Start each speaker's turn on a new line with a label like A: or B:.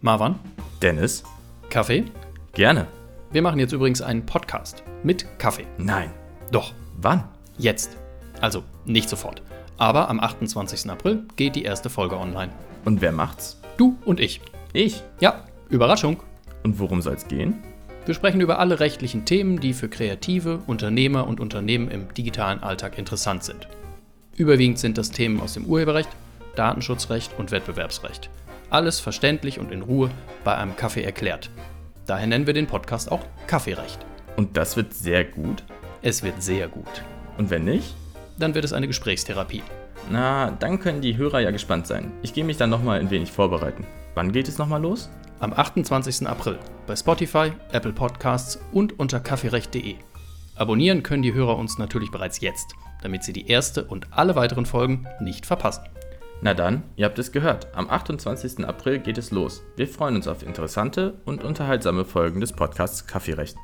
A: Marwan,
B: Dennis?
A: Kaffee?
B: Gerne.
A: Wir machen jetzt übrigens einen Podcast mit Kaffee.
B: Nein.
A: Doch,
B: Wann?
A: jetzt. Also nicht sofort. Aber am 28. April geht die erste Folge online.
B: Und wer macht's?
A: Du und ich.
B: Ich.
A: Ja, Überraschung.
B: Und worum soll's gehen?
A: Wir sprechen über alle rechtlichen Themen, die für Kreative, Unternehmer und Unternehmen im digitalen Alltag interessant sind. Überwiegend sind das Themen aus dem Urheberrecht, Datenschutzrecht und Wettbewerbsrecht. Alles verständlich und in Ruhe bei einem Kaffee erklärt. Daher nennen wir den Podcast auch Kaffeerecht.
B: Und das wird sehr gut.
A: Es wird sehr gut.
B: Und wenn nicht?
A: Dann wird es eine Gesprächstherapie.
B: Na, dann können die Hörer ja gespannt sein. Ich gehe mich dann nochmal ein wenig vorbereiten. Wann geht es nochmal los?
A: Am 28. April bei Spotify, Apple Podcasts und unter kaffeerecht.de. Abonnieren können die Hörer uns natürlich bereits jetzt, damit sie die erste und alle weiteren Folgen nicht verpassen.
B: Na dann, ihr habt es gehört. Am 28. April geht es los. Wir freuen uns auf interessante und unterhaltsame Folgen des Podcasts Kaffeerecht.